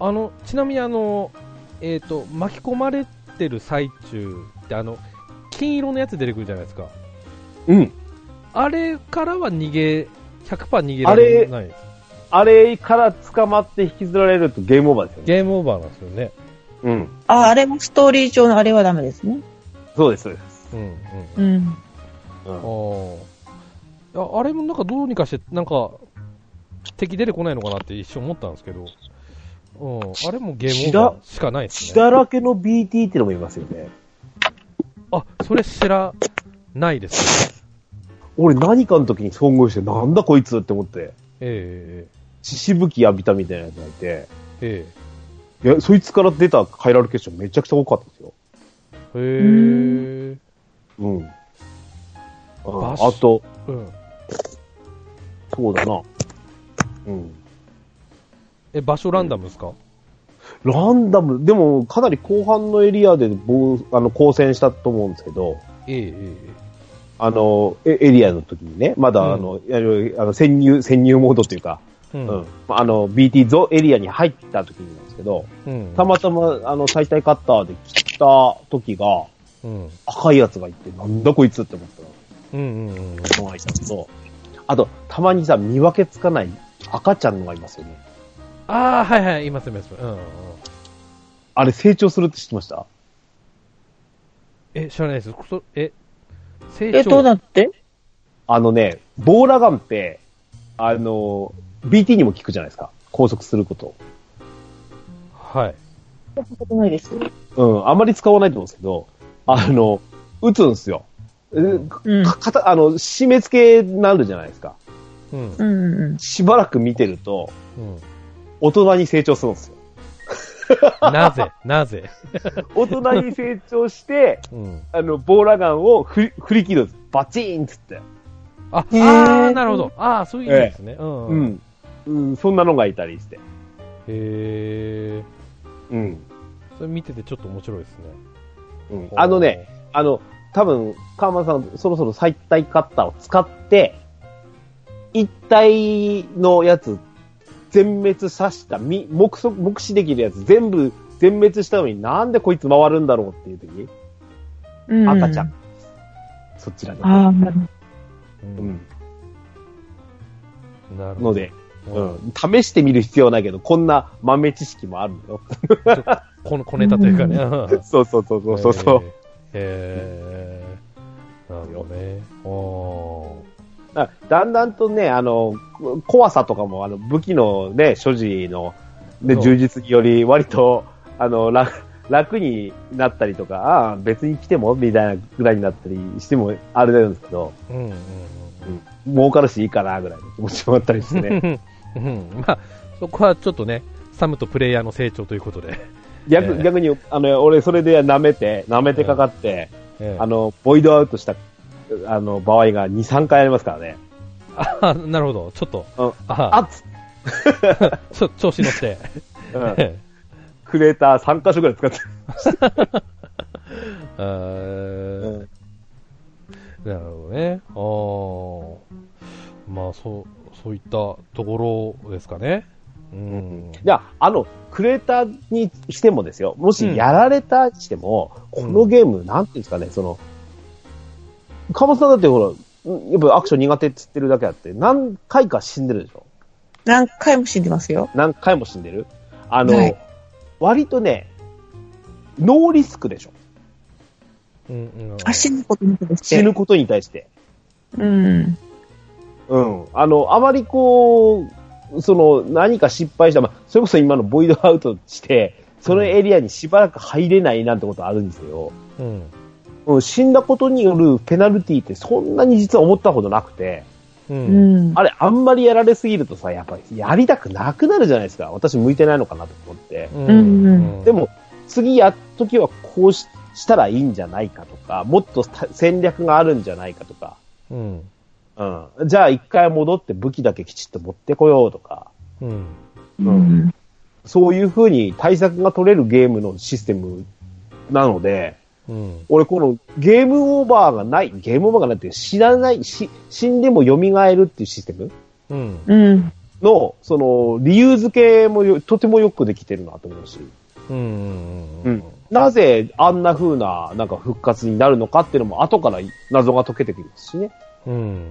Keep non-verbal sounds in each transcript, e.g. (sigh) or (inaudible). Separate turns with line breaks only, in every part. あのちなみにあの、えー、と巻き込まれてる最中ってあの金色のやつ出てくるじゃないですか
うん。
あれからは逃げ100%逃げられないです
あれから捕まって引きずられるとゲームオーバーですよね。
ゲームオーバーなんですよね
うん。
あ、あれもストーリー上のあれはダメですね。
そうです、そうです。
うんうん
うん。
うん
あーいやあれもなんかどうにかしてなんか敵出てこないのかなって一瞬思ったんですけど、うん、あれもゲームオーバーしかないです
血
ね
だらけの BT ってのもいますよね。
あそれ知らないです
俺何かの時に遭遇して、なんだこいつって思って、
え
血しぶき浴びたみたいなやつがいて、
ええ
いや、そいつから出たハイラル結晶めちゃくちゃ多かったですよ。
えへえ
うん。あ
バシ
あと、
うん
そうだな。うん。
え場所ランダムですか、
ランダム、でもかなり後半のエリアで防あの交戦したと思うんですけど、
えええ
あの、エエリアの時にね、まだあの、いわゆるあの潜入、潜入モードっていうか、
ええ
うん。まああの、BT ゾエリアに入った時になんですけど、
うん
たまたま、あの、最大カッターで切った時が、
うん
赤いやつがいて、なんだこいつって思ったの。
うんうんうん
この間と、あと、たまにさ、見分けつかない赤ちゃんのがいますよね。
ああはいはいいますいますうんうん
あれ成長するって知ってました
え知らないですそえ成長
え、どうなって
あのね、ボーラガンって、あの、BT にも効くじゃないですか。拘束すること。
はい
ことないです。
うん、あまり使わないと思うんですけど、あの、撃つんですよ。うん、か
うん。
かたあの、締め付けになるじゃないですか。
うん
うんうん
しばらく見てると、 (laughs)
うん
大人に成長するんですよ。
なぜなぜ
大人に成長して、 (laughs)
うん
あの、ボーラガンを振り振り切るんです。バチーンっつって。
あ、あ
へー
ー、なるほど。ああ、そういう意味ですね。うん。
う。ん。うん、そんなのがいたりして。
へえ。
うん。
それ見ててちょっと面白いですね。
うん、あのね、あの、多分、川間さん、そろそろ最体カッターを使って、一体のやつ、全滅さした、み目測目視できるやつ、全部全滅したのになんでこいつ回るんだろうっていう時、
うん。
赤ちゃん。。そちらに。
ああ、なるほど
う。
うんん。
なるほど。
ので、
うん
うん。試してみる必要はないけど、こんな豆知識もあるのよ。
この小ネタというかね。
(laughs) そうそうそうそうそうそう。
へえ。なるほどね。お
だだんだんとね、あの、こ怖さとかも、あの、武器のね、所持の、ね、
そう
充実により、割と、あの、楽、楽になったりとか、ああ、別に来てもみたいなぐらいになったりしても、あれなんですけど、
ー。うんうん
儲かるしいいかな、ぐらいの気持ちもあったりし
う
て
ん。
ね。
(laughs) うん。まあ、そこはちょっとね、サムとプレイヤーの成長ということで。
逆
ええ
逆に、あの、俺、それで舐めて、舐めてかかって、
ええ
あの、ボイドアウトした、あの、場合が2、3回ありますからね。
あなるほど。ちょっと、
うんあ
あ
っつ、
ちょ調子乗
(laughs)
って。
うんクレーター3箇所ぐらい使って、
あー
うん
なるほどね。ああ。まあ、そう、そういったところですかね。うん。
いや、あの、クレーターにしてもですよ、も
うん
しやられたにしても、このゲーム、なんていうんですかね、その、川本さんだってほら、んやっぱアクション苦手って言ってるだけあって、何回か死んでるでしょ
何回も死んでますよ。
何回も死んでるあの、
はい
割とね、ノーリスクでしょ
うんうん
あ、死ぬことなくです
死ぬことに対して。
うん。
うん。あの、あまりこう、その、何か失敗した、まあ、それこそ今のボイドアウトして、そのエリアにしばらく入れないなんてことあるんですよ。
うん。
うん死んだことによるペナルティってそんなに実は思ったほどなくて、
う。
うんん。
あれあんまりやられすぎるとさ、やっぱりやりたくなくなるじゃないですか。私向いてないのかなと思って。
う
うん
ん
で、も、次やっときはこうししたらいいんじゃないかとか、もっとた戦略があるんじゃないかとか、
うん。
うん。じゃあ一回戻って武器だけきちっと持ってこようとか、
うん。
うん。
そういう風に対策が取れるゲームのシステムなので、
うん。
俺このゲームオーバーがない、ゲームオーバーがないっていう死なない、し死んでも蘇るっていうシステム
うん。
うん。
の、その、理由付けもよとてもよくできてるなと思うし、
うんうんうんうん
なぜあんな風な、なんか復活になるのかっていうのも後から謎が解けてきますしね。
うんうんうんうん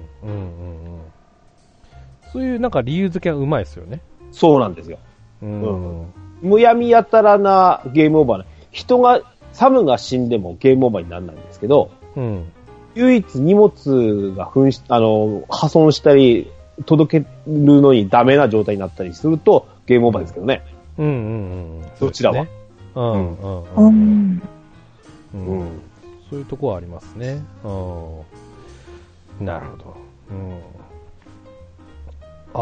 そういうなんか理由付けはうまいですよね。
そうなんですよ。
うん。
むやみやたらなゲームオーバーな、人が、サムが死んでもゲームオーバーにならないんですけど、
うん。
唯一荷物が紛失あの破損したり、届けるのにダメな状態になったりすると、ゲームオーバーですけどね。
うんうんうん。
どちらは
そうですねう
うん
うん
ん。
うん。うんそういうとこはありますね。うん。なるほど。うん。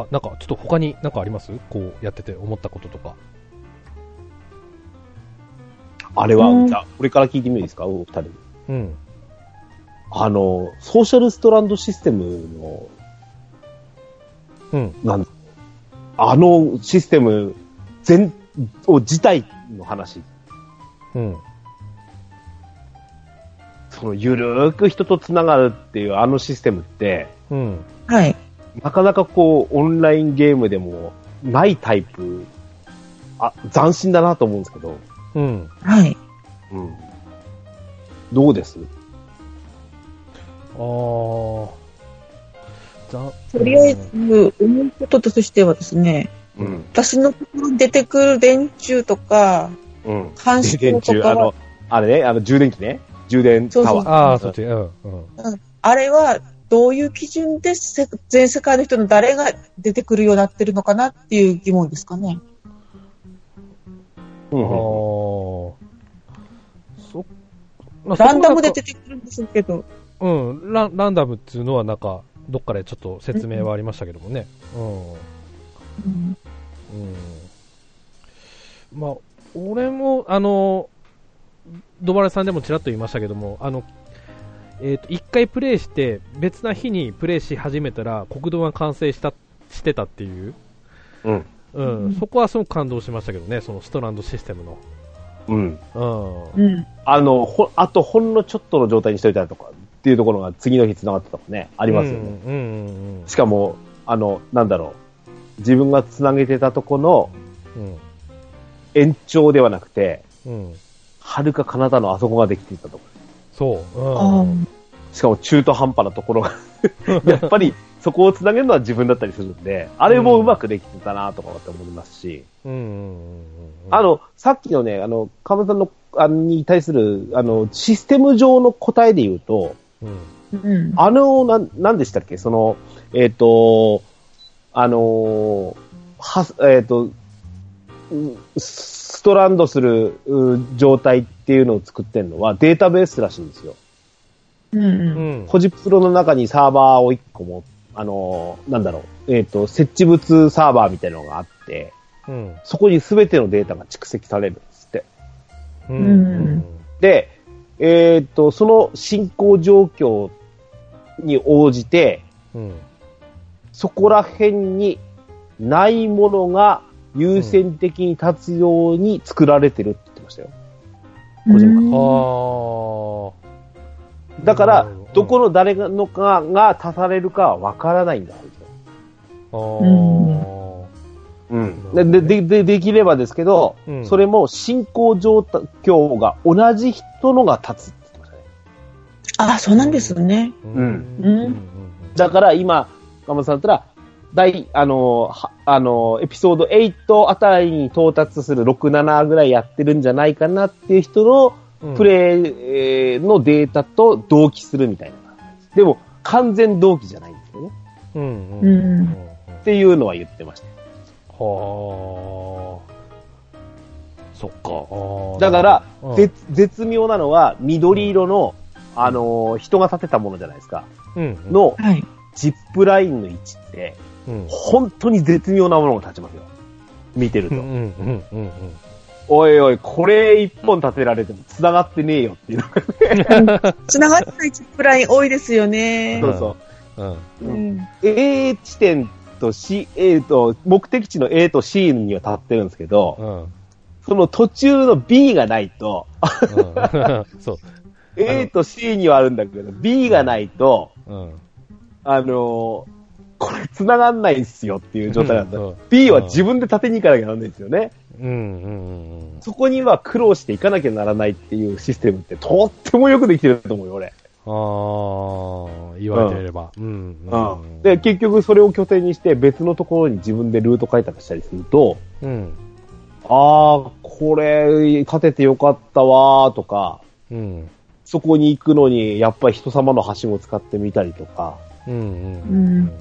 あ、なんか、ちょっと他になんかありますこうやってて思ったこととか。
あれは、
うん
じゃあ、これから聞いてみるんですか、お二人に。
うん。
あの、ソーシャルストランドシステムの、
うん。
なんあのシステム全、を自体の話、
うん。
その、ゆるーく人と繋がるっていうあのシステムって、
うん。
はい。
なかなかこう、オンラインゲームでもないタイプ、あ、斬新だなと思うんですけど、
うん。
はい。
うん。どうです
あー。ざ
とりあえず、思うこととしてはですね、
うん。
私のところに出てくる電柱とか、
うん。
監視
充電
塔と
中、
か
あ
は
の、あれね、あの、充電器ね。充電タワー。
あー、そっち。うん。うん。
あれは、どういう基準でせ全世界の人の誰が出てくるようになってるのかなっていう疑問ですかね。
う
ああ
んうん。
そまあ
ランダムで出てくるんですけ
そ
ど、
こなんかうんラン、ランダムっていうのは、なんか、どっかでちょっと説明はありましたけどもね。うん。
うん
うん、まあ、俺も、あの、ドバレさんでもちらっと言いましたけども、あの、えっ、と、一回プレイして、別な日にプレイし始めたら、国道が完成した、してたっていう、
うん。
うん、
うん
そこはすごく感動しましたけどね、そのストランドシステムの。
うん。
うん。
うん
あの、ほ、あとほんのちょっとの状態にしといたりとかっていうところが次の日繋がってたもんね。あ
あ
りますよね。。
うんうん
しかも、あの、なんだろう。自分が繋げてたとこの
うん。
延長ではなくて、
うん。うん。
はるか彼方のあそこができていたとこ
そう。
あ
うん。
ー
しかも中途半端なとこ
(laughs)
ろが、やっぱりそこをつなげるのは自分だったりするんで、あれもうまくできてたなとかって思いますし、
うんうんうん。
あ、の、さっきのね、あの、河村さんの、あに対する、あの、システム上の答えで言うと、
うん。
うん。
あの、なん、なんでしたっけその、えっ、と、あの、は、えっ、と、うんストランドするうん状態っていうのを作ってるのはデータベースらしいんですよ。
うん
う
うん
ん。
ポジプロの中にサーバーを1個も、あのーなんだろう、えっ、と、設置物サーバーみたいなのがあって、
うん。
そこに全てのデータが蓄積されるんですって。
う
うん
で、えっ、と、その進行状況に応じて、
うん。
そこら辺にないものが優先的に立つように作られてるって言ってましたよ。個人
うん
はあ。
だから
なるほ、
どこの誰のかが足されるかはわからないんだ。
ど、
うんででででできればですけど、
うん
それも進行状況が同じ人のが立つって言ってましたね。
あー、そうなんですね。
あー
うん
うん
だから今、ガムさんだったら、第、あの、はあの、エピソード8あたりに到達する6、7ぐらいやってるんじゃないかなっていう人の
うん
プレイえーのデータと同期するみたいな。でも、完全同期じゃないんですよね。
うん。
う
うん
ん
っていうのは言ってました。
はあ。そっか。あー
だから、
うん
絶絶妙なのは、緑色の、あのー人が立てたものじゃないですか。
うん、
の、
はい。
ジップラインの位置って、
うん、
本当に絶妙なものが立ちますよ。見てる
う
と。
ん、うん、うん、うん。
おいおい、これ一本立てられても繋がってねえよっていう。
繋がってないチップライン多いですよね
(laughs) そ。うそ
う
う。
ん、
う
うん
ん。
A 地点と C、A と、目的地の A と C には立ってるんですけ
う
ど、
ん、うん。
その途中の B がないと、
そう。
A と C にはあるんだけど、B がないと、
うん。
あのこれ繋がんないんすよっていう状態なんだ
うんそう。
B は自分で立てに行かなきゃならないんですよね。
うんうんうんうん。
そこには苦労していかなきゃならないっていうシステムってとってもよくできてると思うよ、俺。
ああ、言われてみれば。うん。
うん。で、結局それを拠点にして別のところに自分でルート開拓したりすると、
うん。
ああ、これ立ててよかったわーとか、
うん。
そこに行くのにやっぱり人様のはしごを使ってみたりとか、
うん。うん。
うん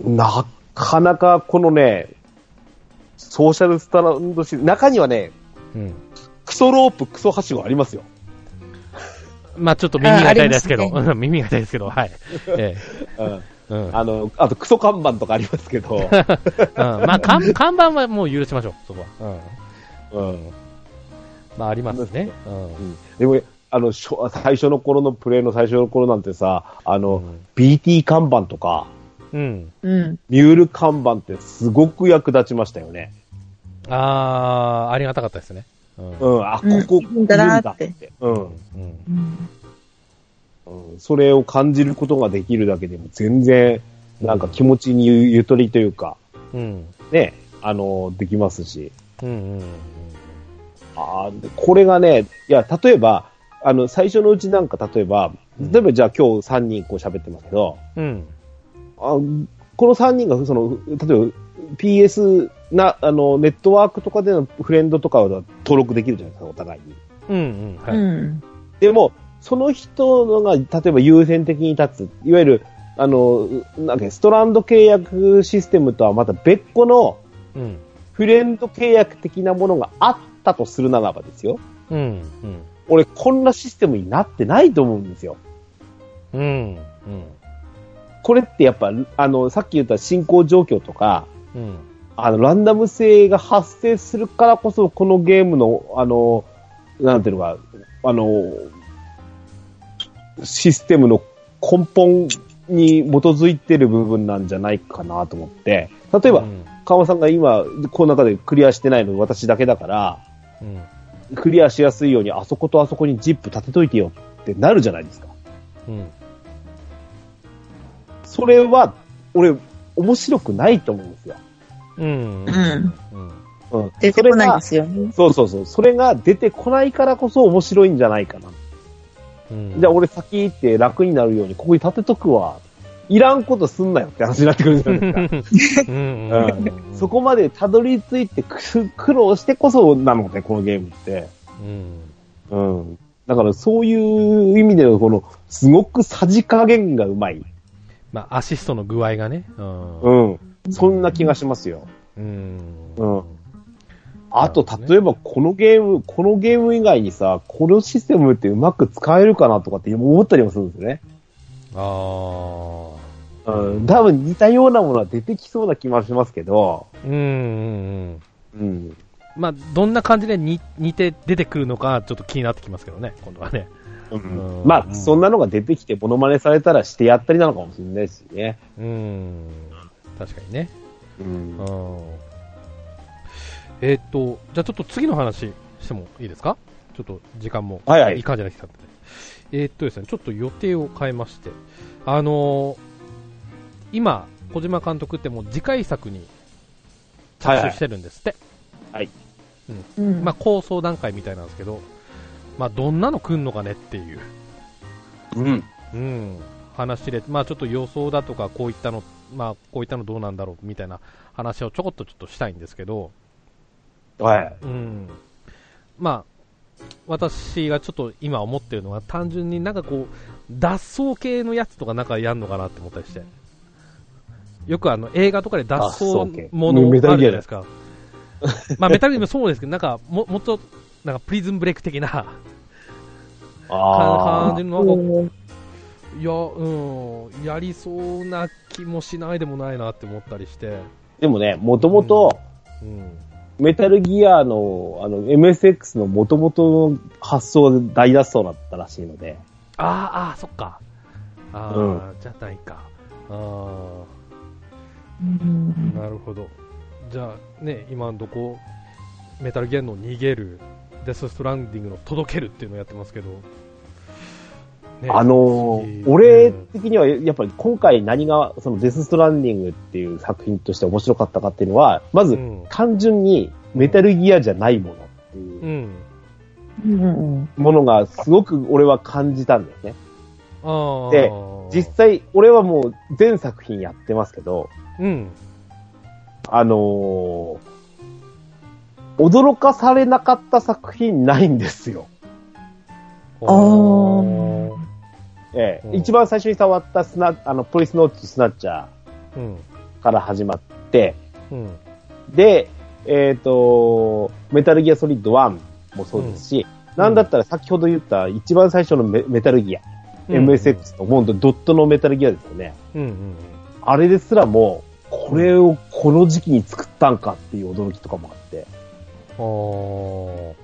なかなかこのね、ソーシャルスタンドシリーズ、中にはね、
うん。
クソロープ、クソはしごありますよ。
まあちょっと耳が痛いですけど、
あありま
耳が痛いですけど、はい。え
うん。
え。うん。
あの、あとクソ看板とかありますけど、
うんまあ、看看板はもう許しましょう、そこは。
う。
うんん。まあ、ありますね。うん。
でも、あの、しょ最初の頃のプレイの最初の頃なんてさ、あの、
うん
BT 看板とか、
うん。
うん。
ミュール看板ってすごく役立ちましたよね。
ああ、ありがたかったですね。うん。
う、
うん
あ、こ
うん
こ、
いるんだなーって
いるんだって。うん。
ん。
うん
うんそれを感じることができるだけでも全然、なんか気持ちにゆゆとりというか、
うん。
ね、あの、できますし。
うん。うん。
あーでこれがね、いや、例えば、あの、最初のうちなんか、例えば、
うん
例えばじゃあ今日3人こう喋ってますけど、
うん。
あこの3人が、その、例えば PS な、あの、ネットワークとかでのフレンドとかは登録できるじゃないですか、お互いに。
うん。うん。は
う
い。
ん。
でも、その人のが、例えば優先的に立つ、いわゆる、あの、なんかストランド契約システムとはまた別個の
うん。
フレンド契約的なものがあったとするならばですよ。
うん。うん。
俺、こんなシステムになってないと思うんですよ。
うん。うん。
これってやっぱ、あの、さっき言った進行状況とか、
うん。
あの、ランダム性が発生するからこそ、このゲームの、あの、なんていうのか、あの、システムの根本に基づいてる部分なんじゃないかなと思って、例えば、
うん。
川間さんが今、この中でクリアしてないの私だけだから、
うん。
クリアしやすいように、あそことあそこにジップ立てといてよってなるじゃないですか。
うん。
それは、俺、面白くないと思うんですよ。
うん。
うん。
うん。
出てこないですよね。
そうそうそう。それが出てこないからこそ面白いんじゃないかな。
うん。
じゃあ俺先行って楽になるようにここに立てとくわ。いらんことすんなよって話になってくるじゃないですか。
うん。うん。
そこまでたどり着いてくす苦労してこそなので、このゲームって。
うん。
うん。だからそういう意味でのこの、すごくさじ加減がうまい。
まあ、アシストの具合がね。うん。
うん。そんな気がしますよ。
うん。
うんあと
なるほど、ね
例えばこのゲーム、このゲーム以外にさ、このシステムってうまく使えるかなとかって思ったりもするんですね。
ああ。
うん。多分似たようなものは出てきそうな気もしますけど、
うんうんうん。
うん。
まあ、どんな感じでに似て出てくるのか、ちょっと気になってきますけどね、今度はね。うん
ま
う
あ、
ん
そんなのが出てきて、モノマネされたらしてやったりなのかもしれないしね。
うん。確かにね。
うん
うん。えーっと、じゃあちょっと次の話してもいいですかちょっと時間も
はいはい
いい感じになってきたんで。えーっとですね、ちょっと予定を変えまして、あのー今、小島監督ってもう次回作に着手してるんですって。
うん
まあ、構想段階みたいなんですけど、まあ、どんなの来んのかねっていう。
うん。
うん、話で、まあ、ちょっと予想だとか、こういったの、まあ、こういったのどうなんだろうみたいな話をちょこっとちょっとしたいんですけど、
はい。
うん、まあ、私がちょっと今思ってるのは、単純になんかこう、脱走系のやつとかなんかやんのかなって思ったりして。よくあの映画とかで脱走
脱走系
もの
メ
あ
タ
る
ル
じゃな
ギア
いで
です
か。まあメタルギアもそうですけど、なんかももっとなんかプリズンブレイク的な
あ
感
あ
じ。のなんか
うん
いや、うん、やりそうな気もしないでもないなって思ったりして、
でもね、もともと、
うん、
メタルギアの、あの、MSX のもともとの発想で大脱走だったらしいので、
あーあー、そっか、ああ、じゃないか、ああ、なるほど、じゃあね、今んとこ、メタルギアの逃げる、デス・ストランディングの届けるっていうのをやってますけど、ね
あのー俺的にはやっぱり今回何がそのデス・ストランディングっていう作品として面白かったかっていうのは、ま
う
ず
ん。
単純にメタルギアじゃないものっていううん
うんうんうん
ものがすごく俺は感じたんだよね。
あー
で実、際俺はもう全作品やってますけど、
うん。
あのー驚かされなかった作品ないんですよ。
あー
ええ
うん
一番最初に触ったスナあのポリスノーツスナッチャ
うん。
ーから始まって、
うん。
で、えっ、と、メタルギアソリッド1もそうですし、
うん
なんだったら先ほど言った一番最初のメメタルギア、MSX のもうドットのメタルギアですよね。
うん。うん。
あれですらも、これをこの時期に作ったんかっていう驚きとかもあって、
あー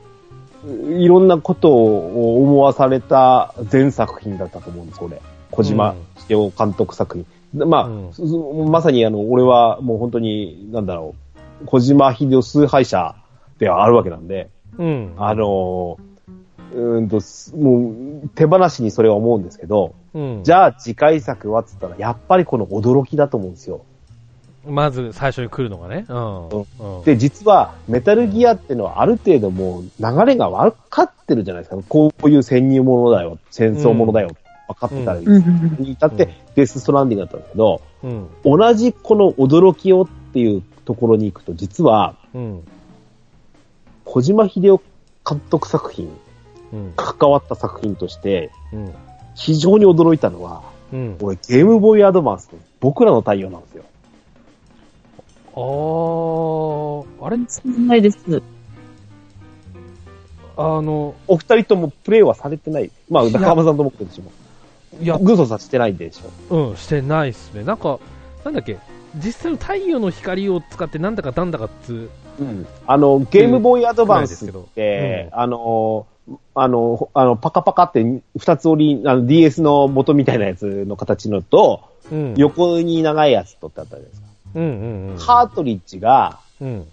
ういろんなことを思わされた全作品だったと思うんです、これ。小島秀夫監督作品。まあ、
うん
そそまさにあの、俺はもう本当に、なんだろう、小島秀夫崇拝者ではあるわけなんで、
うん。
あのー、うーんと、すもう、手放しにそれは思うんですけど、
うん。
じゃあ次回作はっつったら、やっぱりこの驚きだと思うんですよ。
まず最初に来るのがね。うん。うん、
で、実は、メタルギアってのはある程度もう流れが分かってるじゃないですか。こういう潜入ものだよ、戦争ものだよ、分かってたら、
うんうん
に至っ
うん
てデスストランディングだったんですけど、
うん。
同じこの驚きをっていうところに行くと、実は、
うん。
小島秀夫監督作品、
うん。
関わった作品として、
うん。
非常に驚いたのは、
うん。
俺、ゲームボーイアドバンスの僕らの対応なんですよ。
あー、あれ
うん。ないです。
あの、
お二人ともプレイはされてない。まあ、中浜さんともってでし
いや
ょ。、軍曹さんしてないでしょ。
うん、してないっすね。なんか、なんだっけ、実際の太陽の光を使ってなんだかなんだかっつ
うん。あの、ゲームボーイアドバンスっ
うん
て、あの、あの、あの、パカパカって二つ折り、あの DS の元みたいなやつの形のと、
う。うん。
横に長いやつとってあったじゃないですか。
うんうんうん。
カートリッジが、
うん。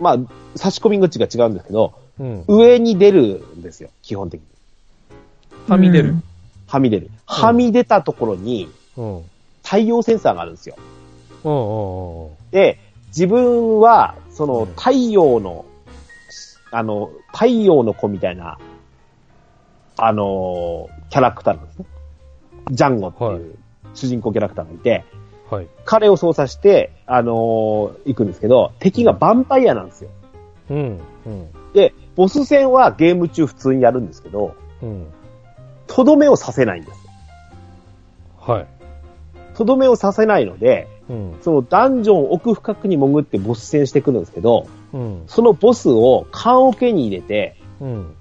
まあ、差し込み口が違うんですけど、
うん。
上に出るんですよ、基本的に。
はみ出る。
はみ出る。はみ出たところに、
うん。うん
太陽センサーがあるんですよ。
うんうん。
で、自分は、その、
うん
太陽の、あの、太陽の子みたいな、あのー、キャラクターなんですね。ジャンゴって
はい
いう主人公キャラクターがいて、
はい。
彼を操作して、あのー行くんですけど、敵がヴァンパイアなんですよ。
うん。うん。
で、ボス戦はゲーム中普通にやるんですけど、
うん。
とどめをさせないんです。
はい。
とどめをさせないので、
うん。
そのダンジョン奥深くに潜ってボス戦してくるんですけど、
うん。
そのボスを缶桶に入れて、
うん。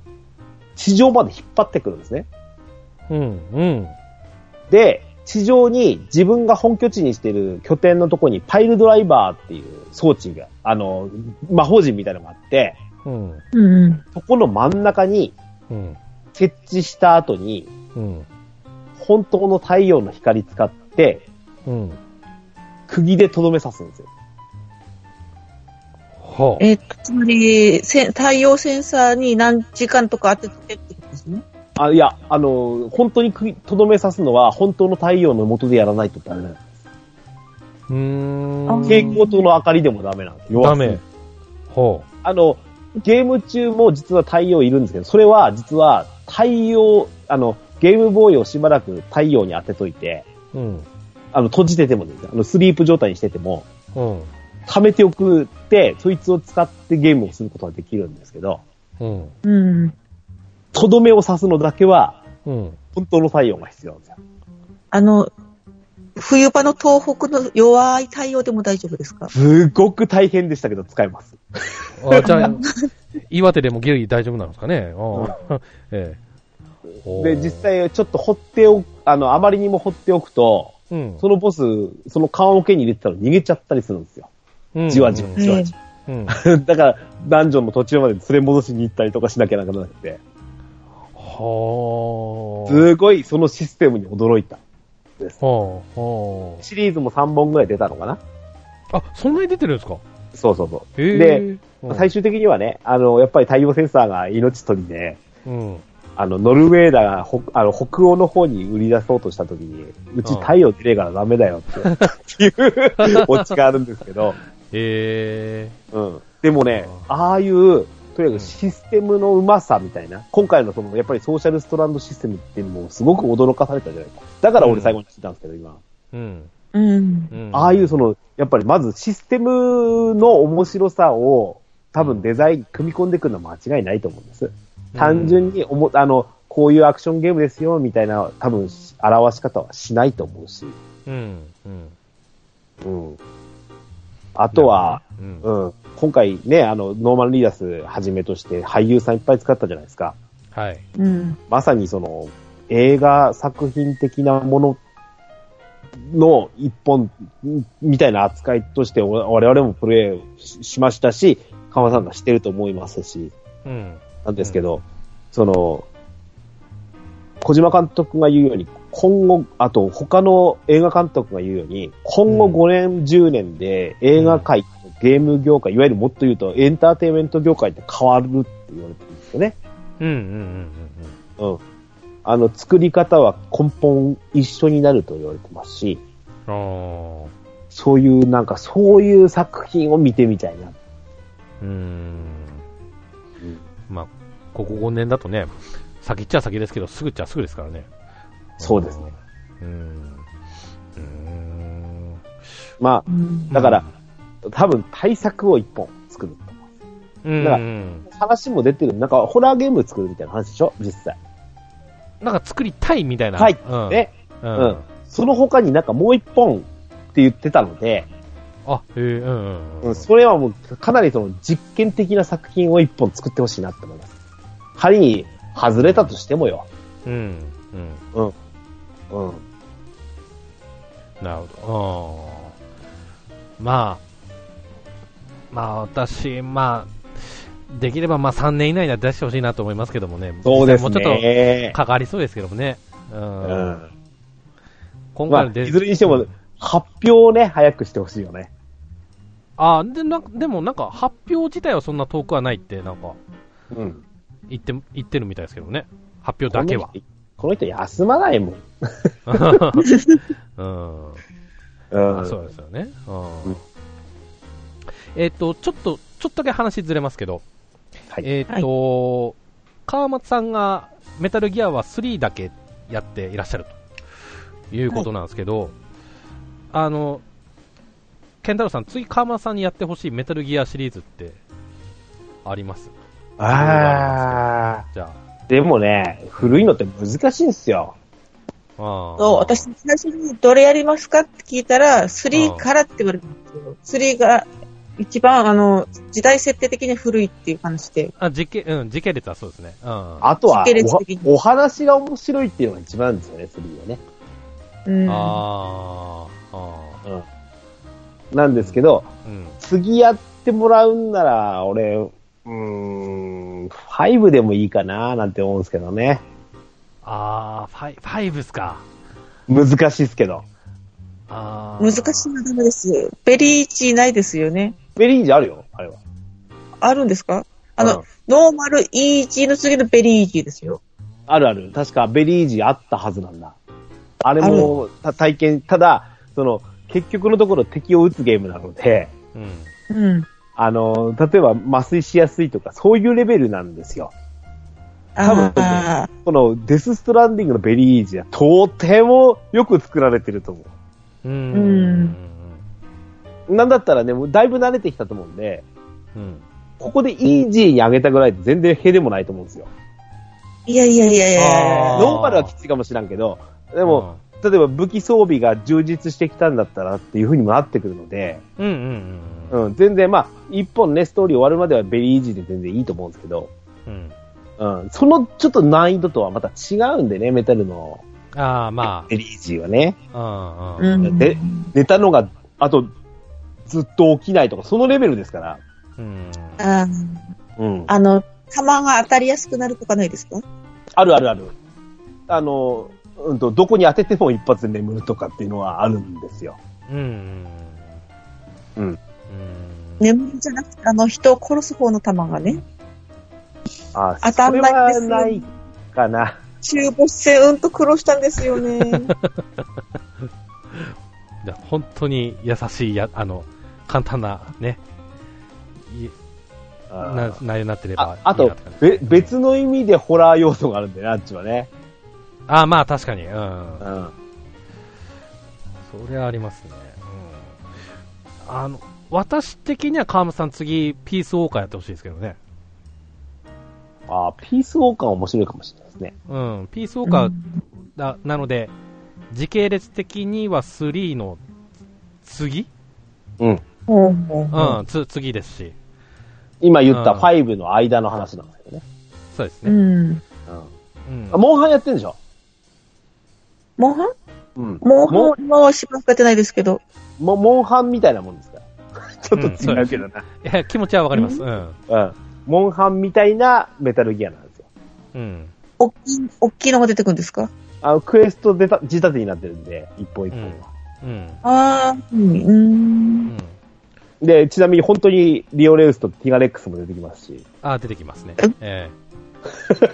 地上まで引っ張ってくるんですね。
うん。うん。
で、地上に自分が本拠地にしている拠点のとこにパイルドライバーっていう装置が、あの、魔法陣みたいなのがあって、
うん。
うんうん。
そこの真ん中に
うん。
設置した後に、
うん。
本当の太陽の光使って、
うん。
釘でとどめさすんですよ。
は
えっと、つまり、せ太陽センサーに何時間とか当てとけってことですね。
あ、いや、あの、本当に釘とどめさすのは本当の太陽の元でやらないとダメなんです。
うーん。
蛍光灯の明かりでもダメなんです。弱
ダ
すぎて
メ。ほ
あの、ゲーム中も実は太陽いるんですけど、それは実は太陽、あの、ゲームボーイをしばらく太陽に当てといて、
う。うん。
あの、閉じててもね、あの、スリープ状態にしてても、
うん。
溜めておくって、そいつを使ってゲームをすることができるんですけど、
うん。
うん。
とどめを刺すのだけは、
うん。
本当の太陽が必要なんですよ。
あの、冬場の東北の弱い太陽でも大丈夫ですか
すごく大変でしたけど、使えます。
あ、じゃあ、岩手でもギリ大丈夫なんですかね。あええ。
で、実、際、ちょっと放っておく、あの、あまりにも放っておくと、
うん
そのボス、その缶桶に入れてたら逃げちゃったりするんですよ。じわじわ、じわじわ。
うん。は
(laughs) だから、ダンジョンの途中まで連れ戻しに行ったりとかしなきゃならなくて、
ぁ。
すごいそのシステムに驚いた。です。
はぁ、は
シリーズも3本ぐらい出たのかな
ぁ。あ、そんなに出てるんですか
そうそうそ
へ
で
ぇ。
う。最終的にはね、あの、やっぱり太陽センサーが命取りで、
うん。
あの、ノルウェーだが、ほあの北欧の方に売り出そうとした時に、うち
うん
太陽出ねえからダメだよっていう、って
(laughs)
いうオチがあるんですけど、
え
うん。でもね、
あ
ああいう、とにかくシステムのうまさみたいな、今回のその、やっぱりソーシャルストランドシステムっていうのもすごく驚かされたじゃないですか。だから
う
俺
ん
最後に知ったんですけど、今。
うん。
うん。
うん
ああいうその、やっぱりまずシステムの面白さを多分デザイン組み込んでくるのは間違いないと思うんです。単純におも、あの、こういうアクションゲームですよみたいな多分表し方はしないと思うし。
うん。うん。
うん。あとは、
うん、
うん。今回ね、あの、ノーマルリーダースはじめとして俳優さんいっぱい使ったじゃないですか。
はい。
うん。
まさにその、映画作品的なものの一本みたいな扱いとして、お我々もプレイししましたし、川さんがしてると思いますし、
うん。
なんですけど、その、小島監督が言うように、今後、あと他の映画監督が言うように、今後
うん
5年、10年で映画界、ゲーム業界、いわゆるもっと言うとエンターテインメント業界って変わるって言われてるんですよね。
うん。うん。うん。
うん。あの、作り方は根本一緒になると言われてますし、
うん。うん。あ
そういう、なんか、そういう作品を見てみたいな。
あ。うん。まあ、ここ5年だとね、先っちゃ先ですけど、すぐっちゃすぐですからね。
そうですね。
うん。うーん。
ま
うん
あ、だから、多分対策を一本作ると思
うん、
だから
うん。
う。話も出てる、なんか、ホラーゲーム作るみたいな話でしょ実際。
なんか作りたいみたいな。
はい
うん。
ね。
う
うんん。。その他になんかもう一本って言ってたので、
あ、へえ、うんうんう。
うんん、それはもう、かなりその実験的な作品を一本作ってほしいなって思います。仮に、外れたとしてもよ。
うん。うん。
うん。
なるほど。うん。まあ、まあ私、まあ、できればまあ3年以内には出してほしいなと思いますけどもね。
そうです
もうちょっ
ね
と。かかりそうですけどもね。うん。
うん。
今
ま
回
あ、
のデ
いずれにしても、発表をね、早くしてほしいよね。
あでなんかでもなんか発表自体はそんな遠くはないってなんか
うん。
言って言ってるみたいですけどね、発表だけは
こ。の人。この人休まないもん。
(laughs) うん、
う
あ
ん。
そうですよね。うん
うん
えっ、と、ちょっと、ちょっとだけ話ずれますけど、
はい
えっ、と、川松さんがメタルギアは3だけやっていらっしゃるということなんですけど、あの、ケンタロウさん、次川松さんにやってほしいメタルギアシリーズってあります
あ
じゃあ。
ー。でもね、古いのって難しいんですよ。
ああ。
そう、私、最初にどれやりますかって聞いたら、
あ
3
あ
からって言われたんですよ。3が一番、あの、時代設定的に古いっていう話で。
あ、時系、うん、時系列はそうですね。うん。
あとは
時系列的に
お、お話が面白いっていうのが一番ですよね、3はね。
うん。
あーあ
なんですけど、
ー、うん。
次やってもらうんなら、俺、うーん、5でもいいかななんて思うんですけどね。
ああ、ファイファイブっすか。
難しいですけど。
ああ。
難しいなダメです。ベリーチないですよね。
ベリージあるよ、あれは。
あるんですかあ
う
の
ん、
ノーマル EG の次のベリー EG ですよ。
あるある。確かベリージあったはずなんだ。あれ
ある
もた体験、ただ、その、結局のところ敵を撃つゲームなので、
うん。
うん。
あの、例えば麻酔しやすいとか、そういうレベルなんですよ。多分
ああ、
このデスストランディングのベリーイージはとてもよく作られてると思
う
うん
ん。
う。なんだったらね、もうだいぶ慣れてきたと思うんで、
うん。
ここでイージーに上げたぐらいで全然へでもないと思うんですよ。
いやいやいやい
あ
や
ー
いや。
ノーマルはきついかもしらんけど、でも、、例えば武器装備が充実してきたんだったらっていう風にもなってくるので、
うんうんうん。
うん、全然まあ、一本ね、ストーリー終わるまではベリーイージーで全然いいと思うんですけど、
うん。
うん、そのちょっと難易度とはまた違うんでね、メタルの
ああ、ま
ベリーイージーはね。
あ。うん
う
うん。
ん。
で寝たのが、あと、ずっと起きないとか、そのレベルですから。
うん。
あー
うん。あ
あの、弾が当たりやすくなるとかないですか
るあるある。あの、うんと、どこに当てても一発で眠るとかっていうのはあるんですよ。
うん。
うん。
うん。
眠るじゃなくて、あの、人を殺す方の弾がね。
あ
当たんないですよ
それはないかな。
中ボス戦うんと苦労したんですよ
(laughs)
ね。
だ本当に優しいや、あの、簡単なね、いな
あ
内容になってればいい
あ
な
あと
って感じ、
べ別の意味でホラー要素があるんだよね、あっちはね。
あまあ確かに、うん
う。ん。
それはありますね。うん。あの、私的には川本さん次、ピースウォーカーやってほしいですけどね。
あピースウォーカー面白いかもしれないですね。
うん、ピースウォーカーだなので、時系列的には3の次
うん。
うん
うん、つ次ですし。
今言った
うん
5の間の話なんですけどね。
そうです
う
ね。
ん。
うん。
うん
あ、。モンハンやってんでしょ
モンハン
うん。
モン
モ
ハンはしばらくやってないですけど。
モモンハンみたいなもんですから。 (laughs) ちょっと違うけどな。
いや、気持ちはわかります。うん。
うん。モンハンみたいなメタルギアなんですよ。
うん。
おっきい、おっきいのが出てくるんですか
あの、クエストでた仕立てになってるんで、一本一本が。
うん。
ああ、うん。う
うんん。
で、ちなみに本当にリオレウスとティガレックスも出てきますし。
あ、出てきますね。ええ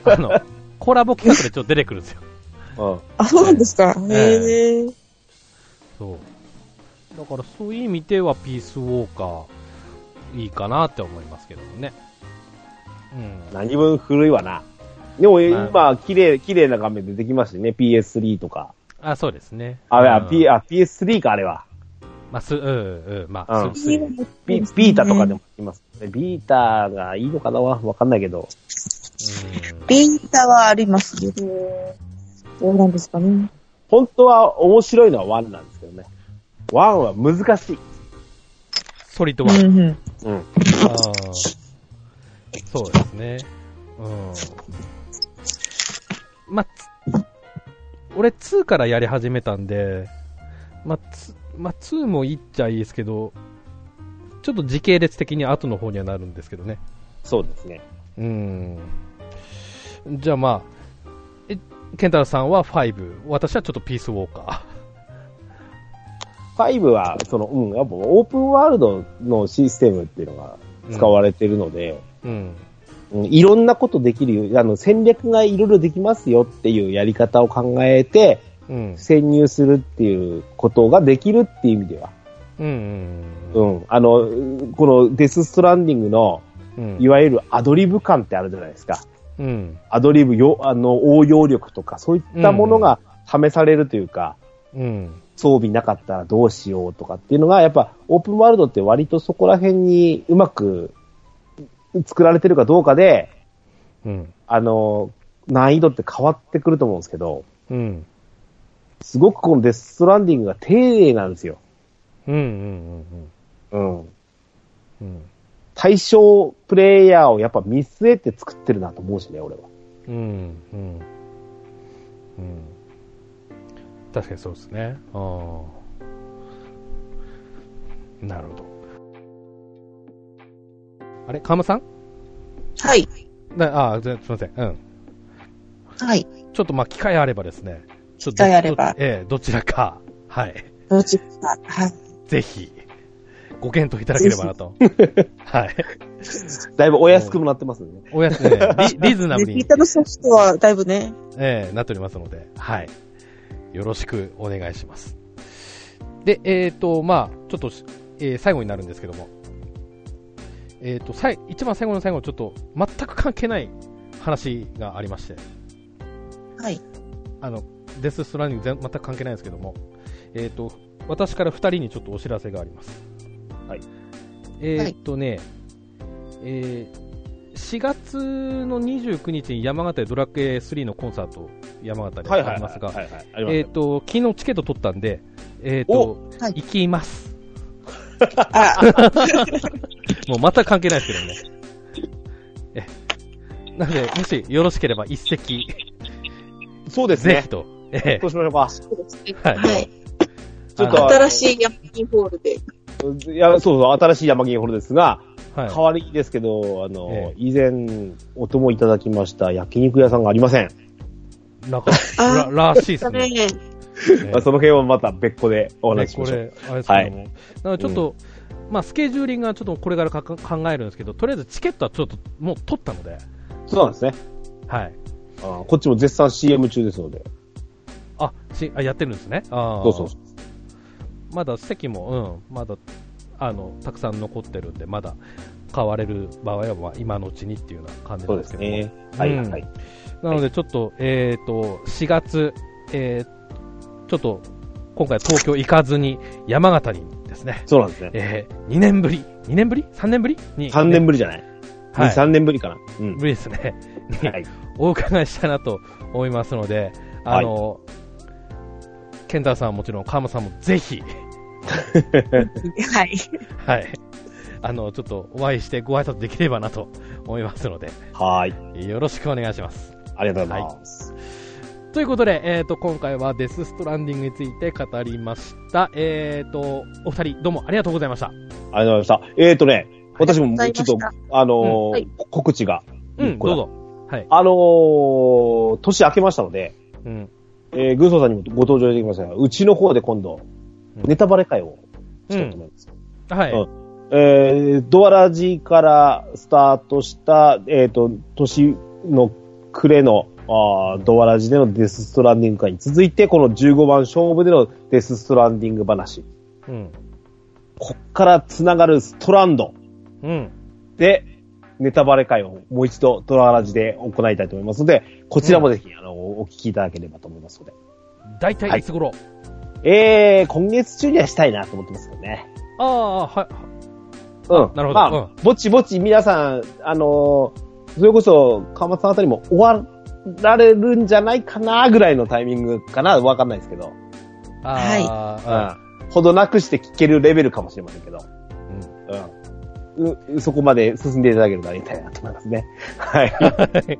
あの、コラボ企画でちょっと出てくるんですよ。
うん。
あ、そうなんですか。
え
へえ。
そう。だからそういう意味ではピースウォーカーいいかなって思いますけどもね。うん。
何分古いわな。でも
まあ
今、綺麗、綺麗な画面出てきましたね。PS3 とか。
あ、そうですね。
あ、いや
うん
P、あ PS3 か、あれは。
まあ、す、うん、うん、まあ、
うん
すすいうん。
ビビータとかでもできます。ビータがいいのかなわわかんないけど。
ビータはありますけど、どうなんですかね。
本当は面白いのは1なんですけどね。1は難しい。
ソリッド
う
ワン。
んうん。
うん。
あーそうですね。うん。まあ、つ俺2からやり始めたんで、まあ、つまあ、2もいいっちゃいいですけど、ちょっと時系列的に後の方にはなるんですけどね。
そうですね。
うん。じゃあまあ、え、ケンタロウさんは5、私はちょっとピースウォーカ
5は、その、うん、やっぱオープンワールドのシステムっていうの
ー。
が使われてるので、
れうん。
うんいろんなことできるよあの、戦略がいろいろできますよっていうやり方を考えて、
うん。
潜入するっていうことができるっていう意味では。
うん。
う
うん。
ん。あの、このデスストランディングの、
うん。
いわゆるアドリブ感ってあるじゃないですか。
うん。
アドリブよ、あの、応用力とか、そういったものが試されるというか、
うん。
装備なかったらどうしようとかっていうのが、やっぱオープンワールドって割とそこら辺にうまく作られてるかどうかで、
うん。
あの、難易度って変わってくると思うんですけど、
うん。
すごくこのデスストランディングが丁寧なんですよ。
うん。うん。
うん。
うん。
対象プレイヤーをやっぱ見据えて作ってるなと思うしね、俺は。
うん。うん。うん。確かにそうですね。ああ。なるほど。あれカムさん
はい。
なああ、じゃあすいません。うん。
はい。
ちょっとまあ機会あればですね。ちょっと
機会あれば
ええ、どちらか、はい。
どっちか。はい。
ぜひ、ご検討いただければなと。はい。
だいぶお安くもなってますね。
おやつ
(laughs)
ね、リリーズナブル
ビ
に
ー、タのソフトはだいぶね、
ええなっておりますので、はい。よろしくお願いします。で、えっ、と、まあちょっとし、えー最後になるんですけども。えっ、と、さい、一番最後の最後、ちょっと、全く関係ない話がありまして。
はい。
あの、デス・ストランディング全全く関係ないんですけども、えっ、と、私から2人にちょっとお知らせがあります。
はい。
えーっとね、えー4月の29日に山形でドラクエ3のコンサート、山形でありますが、
いはい。あります
えーっと、昨日チケット取ったんで、えーっと、
はい
行きます。
あ、
もう全く関係ないですけどね。えなので、もしよろしければ一席、
そうです
ぜ
ね
ひ。と。え
そうしましょうか。
そうですね。
はい
はい。
ちょっ
あの
と、
新しいヤンキーホールで。
いや、そうそう、新しい山銀ホールですが、
ーはい
代わりですけど、あの、
ええ
以前、お供いただきました焼肉屋さんがありません。
なんか、
あ
ららしいです
だ
ね。
ね。
え
(laughs) まあ
ー
その辺はまた別個でお
ね
話しし
こ
ましょう。
れ、あれですけども、なのでちょっと、まあ、スケジューリングはちょっとこれからかか考えるんですけど、とりあえずチケットはちょっともう取ったので、
そうなんですね。
はい、
あーこっちも絶賛 CM 中ですので。
あしあやってるんですねあー
そうそうそう。
まだ席も、うん、まだあのたくさん残ってるんでまだ買われる場合はまあ今のうちにっていうような感じ
そ
な
うんで
ですけ
す
ども
ね。はい、
うん
はい。
なので、ちょっと、えっ、と、4月、えーちょっと、今回東京行かずに、山形にですね、
そうなんですね。
え2年ぶり、2年ぶり ?3 年ぶりに。
3年ぶりじゃない
はい
?2、3年ぶりかな。
(laughs)
うん。
ぶりですね。に
はい。
お伺いしたいなと思いますので、あの、ケンタさんはもちろん、川間さんもぜひ、 (laughs)
はい。
はい、あの、ちょっとお会いしてご挨拶できればなと思いますので、
はい。
よろしくお願いします。
ありがとうございます。
ということで、えー、と今回はデス・ストランディングについて語りました、えー、とお二人どうもありがとうございました
ありがとうございました。えーとね、私も
あり
ちょ
が
っ
と
と
うございま、
あのー
うんはい
こ告知が。
うん
一個だ
どうぞはい、
あのー年明けましたので、
うん、
えー、軍曹さんにもご登場いただきましたが、うちの方で今度、
うん
ネタバレ会をしたいと思います。
はい、
うんえー、ドアラジからスタートした、えっ、と、年の暮れの、あードアラジでのデスストランディング会に続いて、この15番勝負でのデスストランディング話。
うん
こっから繋がるストランド
うん
で、ネタバレ会をもう一度ドアラジで行いたいと思いますので、こちらもぜひ、あの、お聞きいただければと思いますので。
大体いつ頃、
えー、今月中にはしたいなと思ってますけどね。
ああは
うん。
なるほど
まあ、
うん
ぼちぼち皆さん、あのーそれこそ、川松さんあたりも終わられるんじゃないかな、ぐらいのタイミングかな、わかんないですけど。
あ
うん。ほどなくして聞けるレベルかもしれませんけど。
ー、うん
うん。うそこまで進んでいただけるとありがたいなと思いますね。はい。は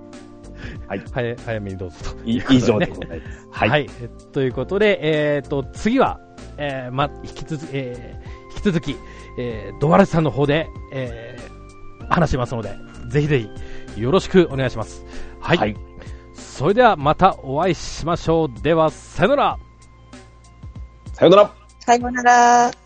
い
早早めにどうぞと (laughs)
い
いうこと
以上で
ね
ございます。
は、
はいい。
えということで、えー、と次は、えーま、引き続き、えー引き続き、えー、ドワルさんの方で、えー話しますので、ぜひぜひよろしくお願いします。はい。
はい
それではまたお会いしましょう。では、さよなら
さようなら
さようなら。